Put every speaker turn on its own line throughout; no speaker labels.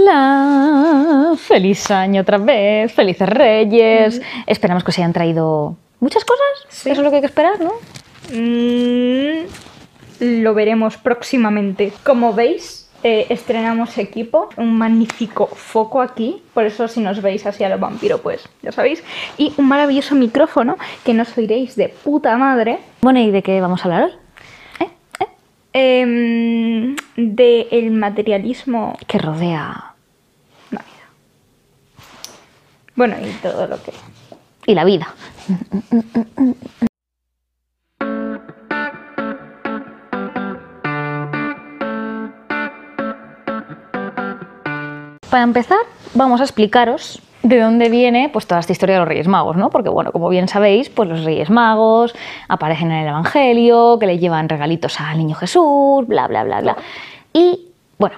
Hola, feliz año otra vez, felices reyes. Esperamos que os hayan traído muchas cosas. Eso es lo que hay que esperar, ¿no?
Mm, lo veremos próximamente. Como veis, eh, estrenamos equipo, un magnífico foco aquí, por eso si nos veis así a los vampiros, pues ya sabéis, y un maravilloso micrófono que nos oiréis de puta madre
Bueno, ¿y de qué vamos a hablar hoy? ¿Eh? ¿Eh?
em, de el materialismo
Que rodea.
la vida. Bueno, y todo lo que...
y la vida. Para empezar, vamos a explicaros de dónde viene pues, toda esta historia de los Reyes Magos, ¿no? Porque, bueno, como bien sabéis, pues los Reyes Magos aparecen en el Evangelio, que le llevan regalitos al niño Jesús, bla, bla, bla, bla. Y, bueno,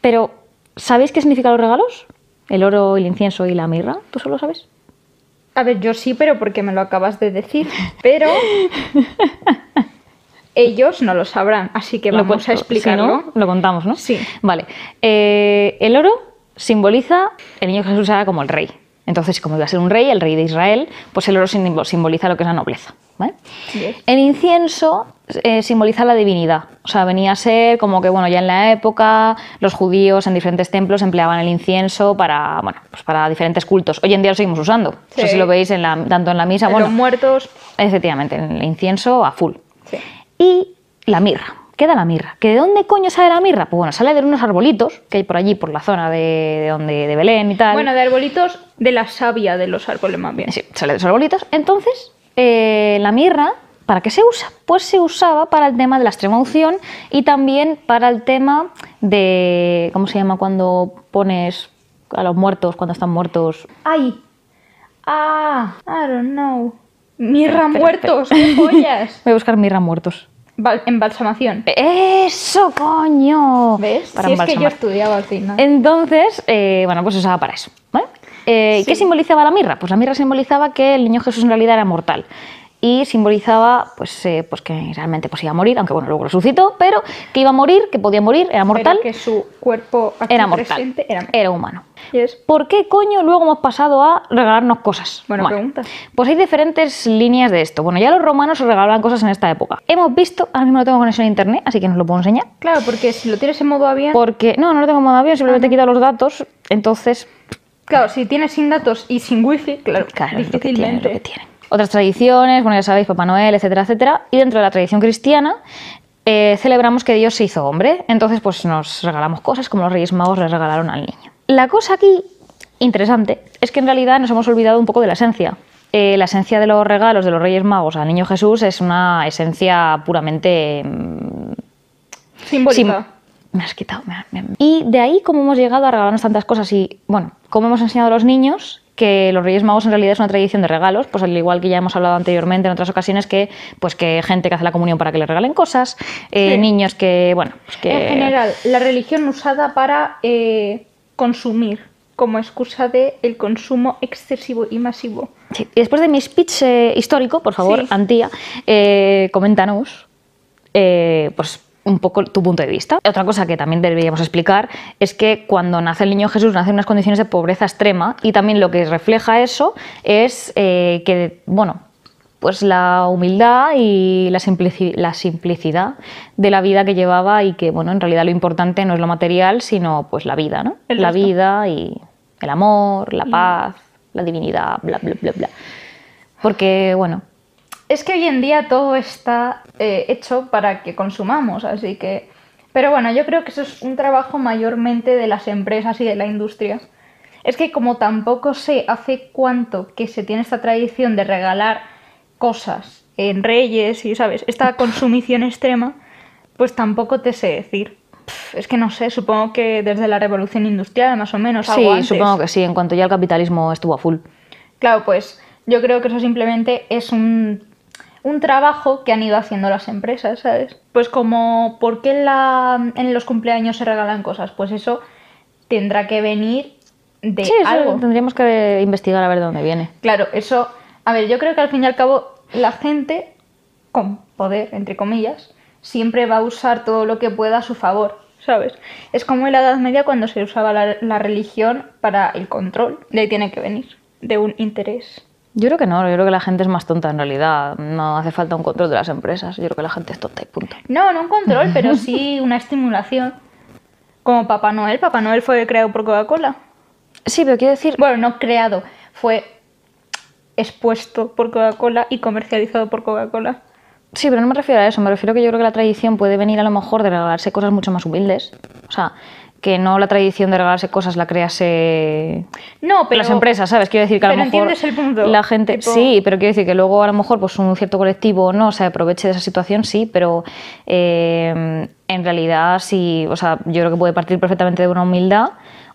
pero ¿sabéis qué significan los regalos? El oro, el incienso y la mirra, ¿tú solo sabes?
A ver, yo sí, pero porque me lo acabas de decir. Pero ellos no lo sabrán, así que
Lo
vamos
cuento,
a
si
explicarlo.
no, lo contamos, ¿no?
Sí.
Vale. Eh, el oro simboliza, el niño Jesús era como el rey. Entonces, como iba a ser un rey, el rey de Israel, pues el oro sim- simboliza lo que es la nobleza. ¿vale?
Yes.
El incienso eh, simboliza la divinidad. O sea, venía a ser como que, bueno, ya en la época los judíos en diferentes templos empleaban el incienso para, bueno, pues para diferentes cultos. Hoy en día lo seguimos usando. No sé
Sí.
si lo veis en la- tanto en la misa,
Los
bueno,
muertos.
efectivamente, el incienso a full.
Sí.
Y la mirra. Queda la mirra. ¿Que de dónde coño sale la mirra? Pues bueno, sale de unos arbolitos que hay por allí, por la zona de, de donde, de Belén y tal.
Bueno, de arbolitos, de la savia de los árboles más bien.
Sí, sale de esos arbolitos. Entonces, eh, la mirra, ¿para qué se usa? Pues se usaba para el tema de la extrema unción y también para el tema de. ¿Cómo se llama cuando pones a los muertos, cuando están muertos?
¡Ay! ¡Ah! I don't know. ¡Mirra
Espera,
muertos! ¡Qué joyas!
Voy a buscar mirra muertos.
Bal- embalsamación.
¡Eso, coño!
¿Ves?
Para
si es que yo
embalsamar.
estudiaba al final.
Entonces, eh, bueno, pues se usaba para eso. ¿vale? Eh, ¿y ¿Qué
Sí.
simbolizaba la mirra? Pues la mirra simbolizaba que el niño Jesús en realidad era mortal. Y simbolizaba pues, eh, pues que realmente pues, iba a morir, aunque bueno, luego resucitó, pero que iba a morir, que podía morir, era
Pero
mortal,
que su cuerpo aquí
era mortal,
presente era...
era humano.
Yes.
¿Por qué coño luego hemos pasado a regalarnos cosas?
Buena pregunta.
Pues hay diferentes líneas de esto. Bueno, ya los romanos os regalaban cosas en esta época. Hemos visto, ahora mismo no tengo conexión a internet, así que no os lo puedo enseñar.
Claro, porque si lo tienes en modo avión...
Porque, no, no lo tengo en modo avión,
Ah.
simplemente he quitado los datos, entonces
Claro, si tienes sin datos y sin wifi, claro,
Claro, es lo que tiene, es
difícilmente.
lo que tiene. Otras tradiciones, bueno, ya sabéis, Papá Noel, etcétera, etcétera. Y dentro de la tradición cristiana eh, celebramos que Dios se hizo hombre. Entonces, pues nos regalamos cosas como los Reyes Magos les regalaron al niño. La cosa aquí interesante es que en realidad nos hemos olvidado un poco de la esencia. Eh, la esencia de los regalos de los Reyes Magos al niño Jesús es una esencia puramente mm,
Simbólica.
Sí, me has quitado. me ha- me ha- Y de ahí como hemos llegado a regalarnos tantas cosas y, bueno, como hemos enseñado a los niños que los Reyes Magos en realidad es una tradición de regalos, pues al igual que ya hemos hablado anteriormente en otras ocasiones que, pues que gente que hace la comunión para que le regalen cosas, eh,
Sí.
niños que, bueno, pues que...
En general, la religión usada para eh, consumir como excusa de el consumo excesivo y masivo.
Sí. Y después de mi speech eh, histórico, por favor,
Sí.
Antía, eh, coméntanos eh, pues, un poco tu punto de vista. Otra cosa que también deberíamos explicar es que cuando nace el niño Jesús nace en unas condiciones de pobreza extrema y también lo que refleja eso es eh, que, bueno, pues la humildad y la, simplici- la simplicidad de la vida que llevaba y que, bueno, en realidad lo importante no es lo material, sino pues la vida, ¿no?
El
la
resto.
vida y el amor, la paz, la divinidad, bla, bla, bla, bla. Porque, bueno,
Es que hoy en día todo está eh, hecho para que consumamos, así que... Pero bueno, yo creo que eso es un trabajo mayormente de las empresas y de la industria. Es que como tampoco sé hace cuánto que se tiene esta tradición de regalar cosas en reyes y, ¿sabes? Esta consumición extrema, pues tampoco te sé decir. Pf, Es que no sé, supongo que desde la revolución industrial más o menos.
sí, supongo que sí, en cuanto ya el capitalismo estuvo a full.
Claro, pues yo creo que eso simplemente es un, un trabajo que han ido haciendo las empresas, ¿sabes? Pues como, ¿por qué en, la- en los cumpleaños se regalan cosas? Pues eso tendrá que venir de
sí, eso
algo.
tendríamos que investigar a ver de dónde viene.
Claro, eso, a ver, yo creo que al fin y al cabo la gente con poder, entre comillas, siempre va a usar todo lo que pueda a su favor, ¿sabes? Es como en la Edad Media cuando se usaba la, la religión para el control. De ahí tiene que venir, de un interés.
Yo creo que no, yo creo que la gente es más tonta en realidad. No hace falta un control de las empresas. Yo creo que la gente es tonta y punto.
No, no un control, pero sí una estimulación. Como Papá Noel. Papá Noel fue creado por Coca-Cola.
Sí, pero quiero decir.
Bueno, no creado, fue expuesto por Coca-Cola y comercializado por Coca-Cola.
Sí, pero no me refiero a eso. Me refiero que yo creo que la tradición puede venir a lo mejor de regalarse cosas mucho más humildes. O sea, que no la tradición de regalarse cosas la crease
No, pero.
las empresas, ¿sabes? Quiero decir que a lo
pero
mejor
entiendes el punto,
la gente
tipo-
sí, pero quiero decir que luego a lo mejor pues un cierto colectivo no se aproveche de esa situación, sí, pero eh, en realidad sí, o sea, yo creo que puede partir perfectamente de una humildad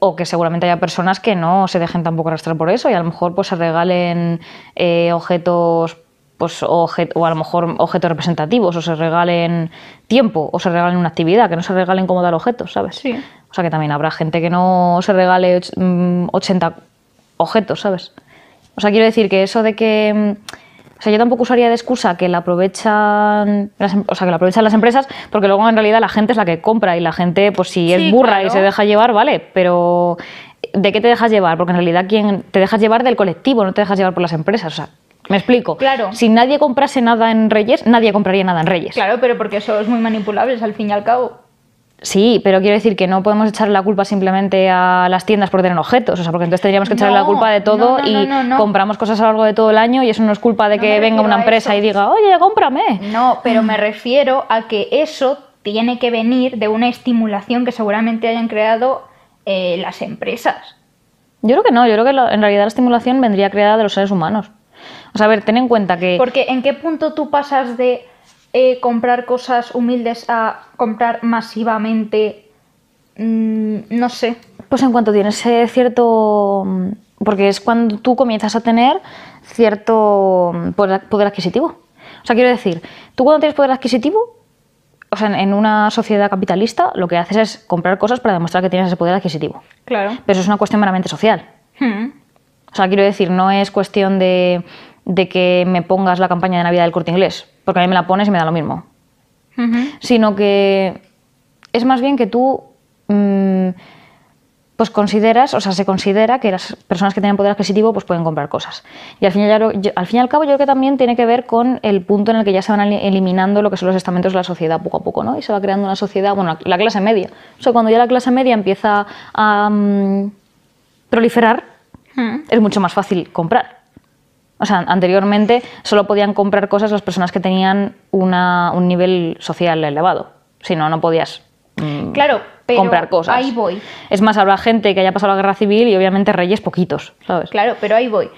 o que seguramente haya personas que no se dejen tampoco arrastrar por eso y a lo mejor pues se regalen eh, objetos pues o, obje- o a lo mejor objetos representativos o se regalen tiempo o se regalen una actividad, que no se regalen como tal objetos, ¿sabes?
Sí.
O sea que también habrá gente que no se regale och- mm, 80 objetos, ¿sabes? O sea, quiero decir que eso de que. mm, O sea, yo tampoco usaría de excusa que la aprovechan. las em- o sea, que la aprovechan las empresas, porque luego en realidad la gente es la que compra y la gente, pues si
Sí,
es burra
claro.
y se deja llevar, vale, pero. eh, ¿De qué te dejas llevar? Porque en realidad quien te dejas llevar del colectivo, no te dejas llevar por las empresas. O sea, me explico.
Claro.
Si nadie comprase nada en Reyes, nadie compraría nada en Reyes.
Claro, pero porque somos muy manipulables al fin y al cabo.
Sí, pero quiero decir que no podemos echar la culpa simplemente a las tiendas por tener objetos, o sea, porque entonces tendríamos que echarle la
No,
culpa de
no,
todo
no,
y
no, no, no.
compramos cosas a lo largo de todo el año y eso no es culpa de
No me
que venga
refiero
una
a
empresa
eso.
y diga, oye, cómprame.
No, pero me refiero a que eso tiene que venir de una estimulación que seguramente hayan creado eh, las empresas.
Yo creo que no, yo creo que la- en realidad la estimulación vendría creada de los seres humanos. O sea, a ver, ten en cuenta que...
Porque ¿en qué punto tú pasas de eh, comprar cosas humildes a comprar masivamente? Mm, no sé.
Pues en cuanto tienes eh, cierto... mm, Porque es cuando tú comienzas a tener cierto mm, poder poder adquisitivo. O sea, quiero decir, tú cuando tienes poder adquisitivo, o sea, en- en una sociedad capitalista lo que haces es comprar cosas para demostrar que tienes ese poder adquisitivo.
Claro.
Pero eso es una cuestión meramente social.
Hmm.
O sea, quiero decir, no es cuestión de, de que me pongas la campaña de Navidad del Corte Inglés, porque a mí me la pones y me da lo mismo
Hmm.
sino que es más bien que tú mm, pues consideras, o sea, se considera que las personas que tienen poder adquisitivo pues pueden comprar cosas. Y al fin y al, yo- al fin y al cabo yo creo que también tiene que ver con el punto en el que ya se van eli- eliminando lo que son los estamentos de la sociedad poco a poco, ¿no? Y se va creando una sociedad, bueno, la, la clase media. O sea, cuando ya la clase media empieza a mm, proliferar,
Hmm.
es mucho más fácil comprar. O sea, anteriormente solo podían comprar cosas las personas que tenían una- un nivel social elevado. Si no, no podías mm,
Claro, pero
comprar cosas.
ahí voy.
Es más, habrá gente que haya pasado la guerra civil y obviamente reyes poquitos, ¿sabes?
Claro, pero ahí voy.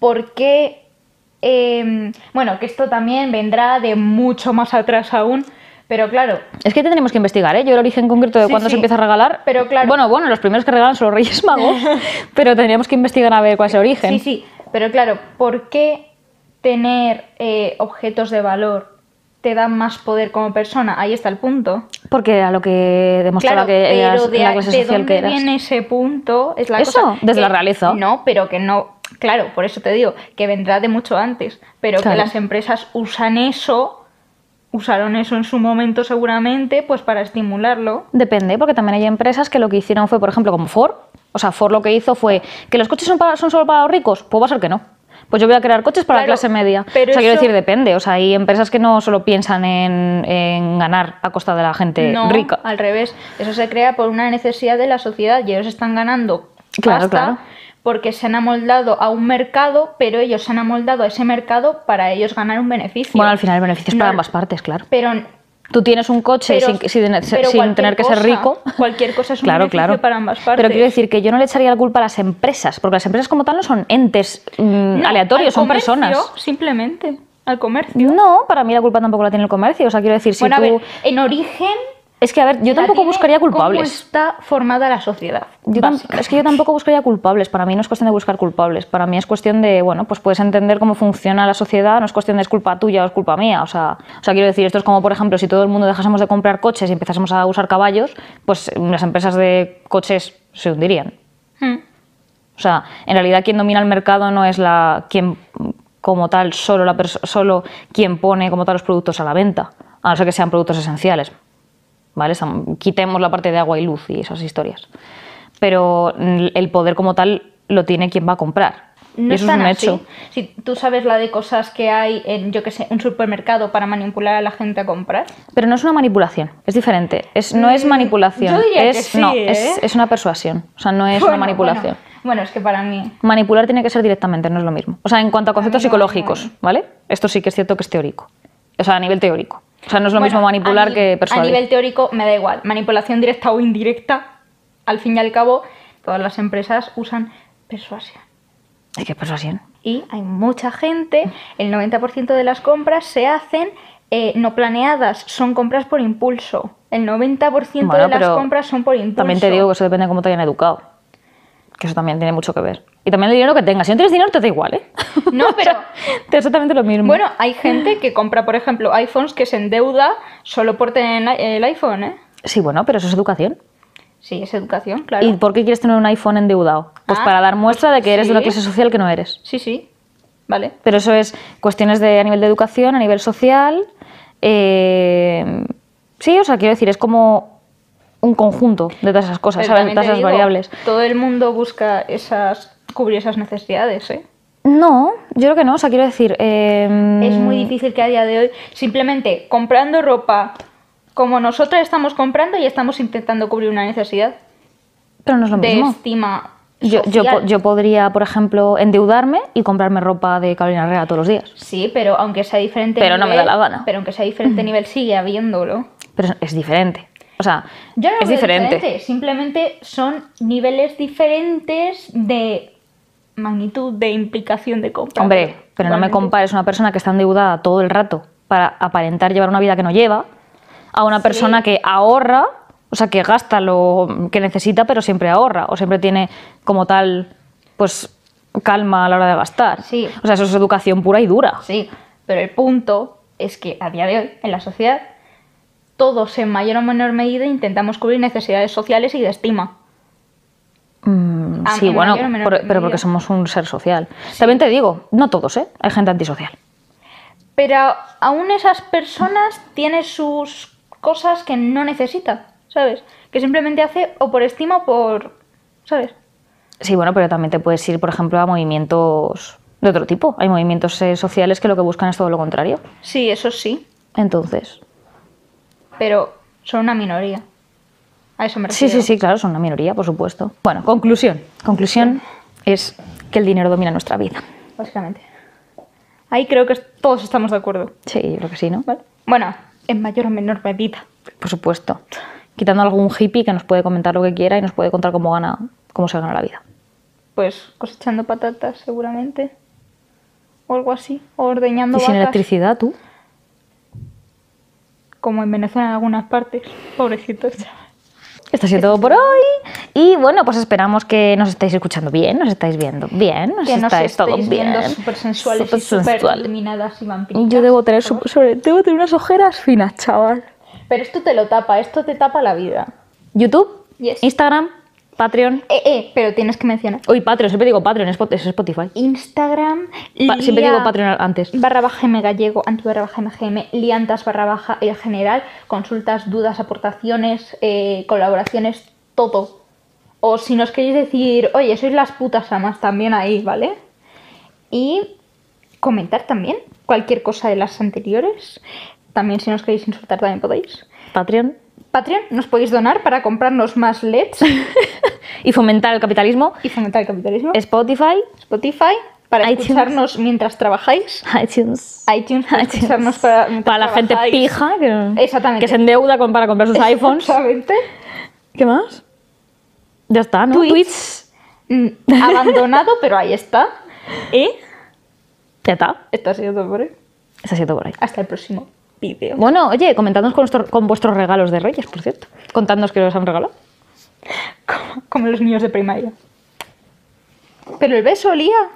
Porque, em, bueno, que esto también vendrá de mucho más atrás aún, pero claro,
Es que tendremos que investigar, ¿eh? Yo el origen concreto de
Sí,
cuándo
sí.
se empieza a regalar.
Pero claro.
Bueno, bueno, los primeros que regalan son los Reyes Magos, pero tendríamos que investigar a ver cuál es el origen.
sí, sí, pero claro, ¿por qué tener eh, objetos de valor te da más poder como persona? Ahí está el punto.
Porque era lo que
Claro,
demostraba que eras
pero de,
la
a-
clase
de
social
dónde
que eras.
viene ese punto es la
Eso,
cosa.
desde
que-
la realeza.
No, pero que no. Claro, por eso te digo que vendrá de mucho antes, pero
Claro.
que las empresas usan eso, usaron eso en su momento seguramente, pues para estimularlo.
Depende, porque también hay empresas que lo que hicieron fue, por ejemplo, como Ford. O sea, Ford lo que hizo fue que los coches son, para- son solo para los ricos. Pues va a ser que no. Pues yo voy a crear coches para
Claro,
la clase media.
pero
o sea, quiero
eso-
decir, depende. O sea, hay empresas que no solo piensan en, en ganar a costa de la gente
no,
rica.
al revés. Eso se crea por una necesidad de la sociedad y ellos están ganando
Claro,
pasta
claro.
porque se han amoldado a un mercado, pero ellos se han amoldado a ese mercado para ellos ganar un beneficio.
Bueno, al final el beneficio es
No,
para ambas partes, claro.
Pero
Tú tienes un coche
Pero-
sin, sin-
pero
sin tener
cualquier
que ser
cosa-
rico.
cualquier cosa es un
claro,
beneficio
claro.
para ambas
Pero quiero
partes.
decir que yo no le echaría la culpa a las empresas, porque las empresas como tal no son entes mm,
No,
aleatorios,
al
son
comercio,
personas.
Simplemente, al comercio.
No, para mí la culpa tampoco la tiene el comercio. O sea, quiero decir, si
bueno,
tú...
a ver, en origen.
Es que, a ver, yo
la
tampoco
tiene
buscaría
¿Cómo
culpables.
está formada la sociedad?
Yo tam-
básica.
es que yo tampoco buscaría culpables. Para mí no es cuestión de buscar culpables. Para mí es cuestión de, bueno, pues puedes entender cómo funciona la sociedad. No es cuestión de es culpa tuya o es culpa mía. O sea, o sea, quiero decir, esto es como, por ejemplo, si todo el mundo dejásemos de comprar coches y empezásemos a usar caballos, pues eh, las empresas de coches se hundirían.
Hmm.
O sea, en realidad quien domina el mercado no es la quien como tal solo la perso- solo quien pone como tal los productos a la venta, a no ser que sean productos esenciales. ¿vale? Esa- Quitemos la parte de agua y luz y esas historias. Pero mm, el poder como tal lo tiene quien va a comprar.
No
y eso es
tan
un
así.
hecho.
Si tú sabes la de cosas que hay en, yo que sé, un supermercado para manipular a la gente a comprar.
Pero no es una manipulación, es diferente. Es, no es
Mm,
manipulación.
yo diría que
es,
sí,
no,
¿eh?
es, es una persuasión. O sea, no es
Bueno,
una manipulación.
Bueno, Bueno, es que para mí.
Manipular tiene que ser directamente, no es lo mismo. O sea, en cuanto a conceptos
mí no,
psicológicos,
no.
¿vale? Esto sí que es cierto que es teórico. O sea, a nivel teórico. O sea, no es lo
Bueno,
mismo manipular
a ni-
que
A
persuadir.
nivel teórico me da igual. Manipulación directa o indirecta, al fin y al cabo, todas las empresas usan persuasión.
Es que es persuasión.
Y hay mucha gente, el 90% de las compras se hacen eh, no planeadas, son compras por impulso. El 90% de
Bueno,
las
pero
compras son por impulso.
También te digo que eso depende de cómo te hayan educado. Que eso también tiene mucho que ver. Y también el dinero que tengas. Si no tienes dinero, te da igual, ¿eh?
No,
O sea, te da exactamente lo mismo.
Bueno, hay gente que compra, por ejemplo, iPhones que se endeuda solo por tener el iPhone, ¿eh?
Sí, bueno, pero eso es educación.
Sí, es educación, claro.
¿Y por qué quieres tener un iPhone endeudado? Pues
Ah,
para dar muestra de que eres de una
sí.
clase social que no eres.
Sí, sí. Vale.
Pero eso es cuestiones de a nivel de educación, a nivel social. eh, sí, o sea, quiero decir, es como un conjunto de todas esas cosas,
Pero
¿sabes?
también te
De todas esas
digo,
variables.
Todo el mundo busca esas cubrir esas necesidades, ¿eh?
No, yo creo que no, o sea, quiero decir. eh,
Es muy difícil que a día de hoy simplemente comprando ropa como nosotras estamos comprando y estamos intentando cubrir una necesidad
Pero no es lo
de
mismo.
estima.
Yo, yo, po-
social.
yo podría, por ejemplo, endeudarme y comprarme ropa de Carolina Herrera todos los días.
Sí, pero aunque sea diferente
Pero no me da la gana. Mm.
Pero aunque sea diferente nivel sigue habiéndolo.
Pero es- es diferente. O sea,
Yo no lo
es
veo
diferente.
Simplemente son niveles diferentes de magnitud de implicación de compra.
Hombre, pero no me
Igualmente.
compares una persona que está endeudada todo el rato para aparentar llevar una vida que no lleva a una
Sí.
persona que ahorra, o sea, que gasta lo que necesita, pero siempre ahorra o siempre tiene como tal, pues calma a la hora de gastar.
Sí.
O sea, eso es educación pura y dura.
Sí, pero el punto es que a día de hoy, en la sociedad, todos en mayor o menor medida intentamos cubrir necesidades sociales y de estima.
Mm,
Ah,
sí,
en
bueno,
mayor o menor
por- pero
medida.
porque somos un ser social. También te digo, no todos, ¿eh? Hay gente antisocial.
Pero aún esas personas tienen sus cosas que no necesita, ¿sabes? Que simplemente hace o por estima o por... ¿Sabes?
Sí, bueno, pero también te puedes ir, por ejemplo, a movimientos de otro tipo. Hay movimientos eh, sociales que lo que buscan es todo lo contrario.
Sí, eso sí,
Entonces,
pero son una minoría. A eso me
sí,
refiero.
sí, sí, claro, son una minoría, por supuesto. Bueno, conclusión. Conclusión es que el dinero domina nuestra vida.
Básicamente. Ahí creo que es- todos estamos de acuerdo.
Sí, yo creo que sí, ¿no?
¿vale? Bueno, en mayor o menor medida.
Por supuesto. Quitando algún hippie que nos puede comentar lo que quiera y nos puede contar cómo gana, cómo se gana la vida.
Pues cosechando patatas, seguramente. O algo así. O ordeñando
y sin
vacas.
electricidad, tú.
Como en Venezuela en algunas partes. Pobrecitos.
Esto ha sido todo por hoy. Y bueno, pues esperamos que nos estáis escuchando bien, nos estáis viendo bien, nos
Que nos
estáis todo
estéis
bien.
viendo súper sensuales y súper
Supersensual.
iluminadas y vampíricas.
Yo debo tener,
por favor.
sup- sobre, debo tener unas ojeras finas, chaval.
Pero esto te lo tapa, esto te tapa la vida.
YouTube,
Yes.
Instagram, Patreon.
Eh, eh, pero tienes que mencionar.
Uy, Patreon, siempre digo Patreon, es Spot- es Spotify.
Instagram.
Pa- siempre
Lía
digo Patreon antes.
Barra baja M gallego, anti barra baja MGM, liantas barra baja el general, consultas, dudas, aportaciones, eh, colaboraciones, todo. O si nos queréis decir, oye, sois las putas amas también ahí, ¿vale? Y comentar también cualquier cosa de las anteriores. También si nos queréis insultar también podéis.
Patreon.
Patreon, nos podéis donar para comprarnos más LEDs
Y fomentar el capitalismo.
y fomentar el capitalismo.
Spotify,
Spotify, para
iTunes.
escucharnos mientras trabajáis.
iTunes.
iTunes, para
iTunes.
escucharnos para, mientras
Para la gente
trabajáis.
pija que,
Exactamente.
que se endeuda con- para comprar sus iPhones.
Exactamente.
¿Qué más? Ya está, ¿no?
Tweets.
Tweets.
Mm, Abandonado, pero ahí está. ¿Eh?
Ya está.
Esto ha sido todo por hoy.
Está siendo por ahí.
Hasta el próximo vídeo.
Bueno, oye, comentadnos con, vuestro- con vuestros regalos de Reyes, por cierto. Contadnos que os han regalado.
Como, como los niños de primaria. Pero el beso olía.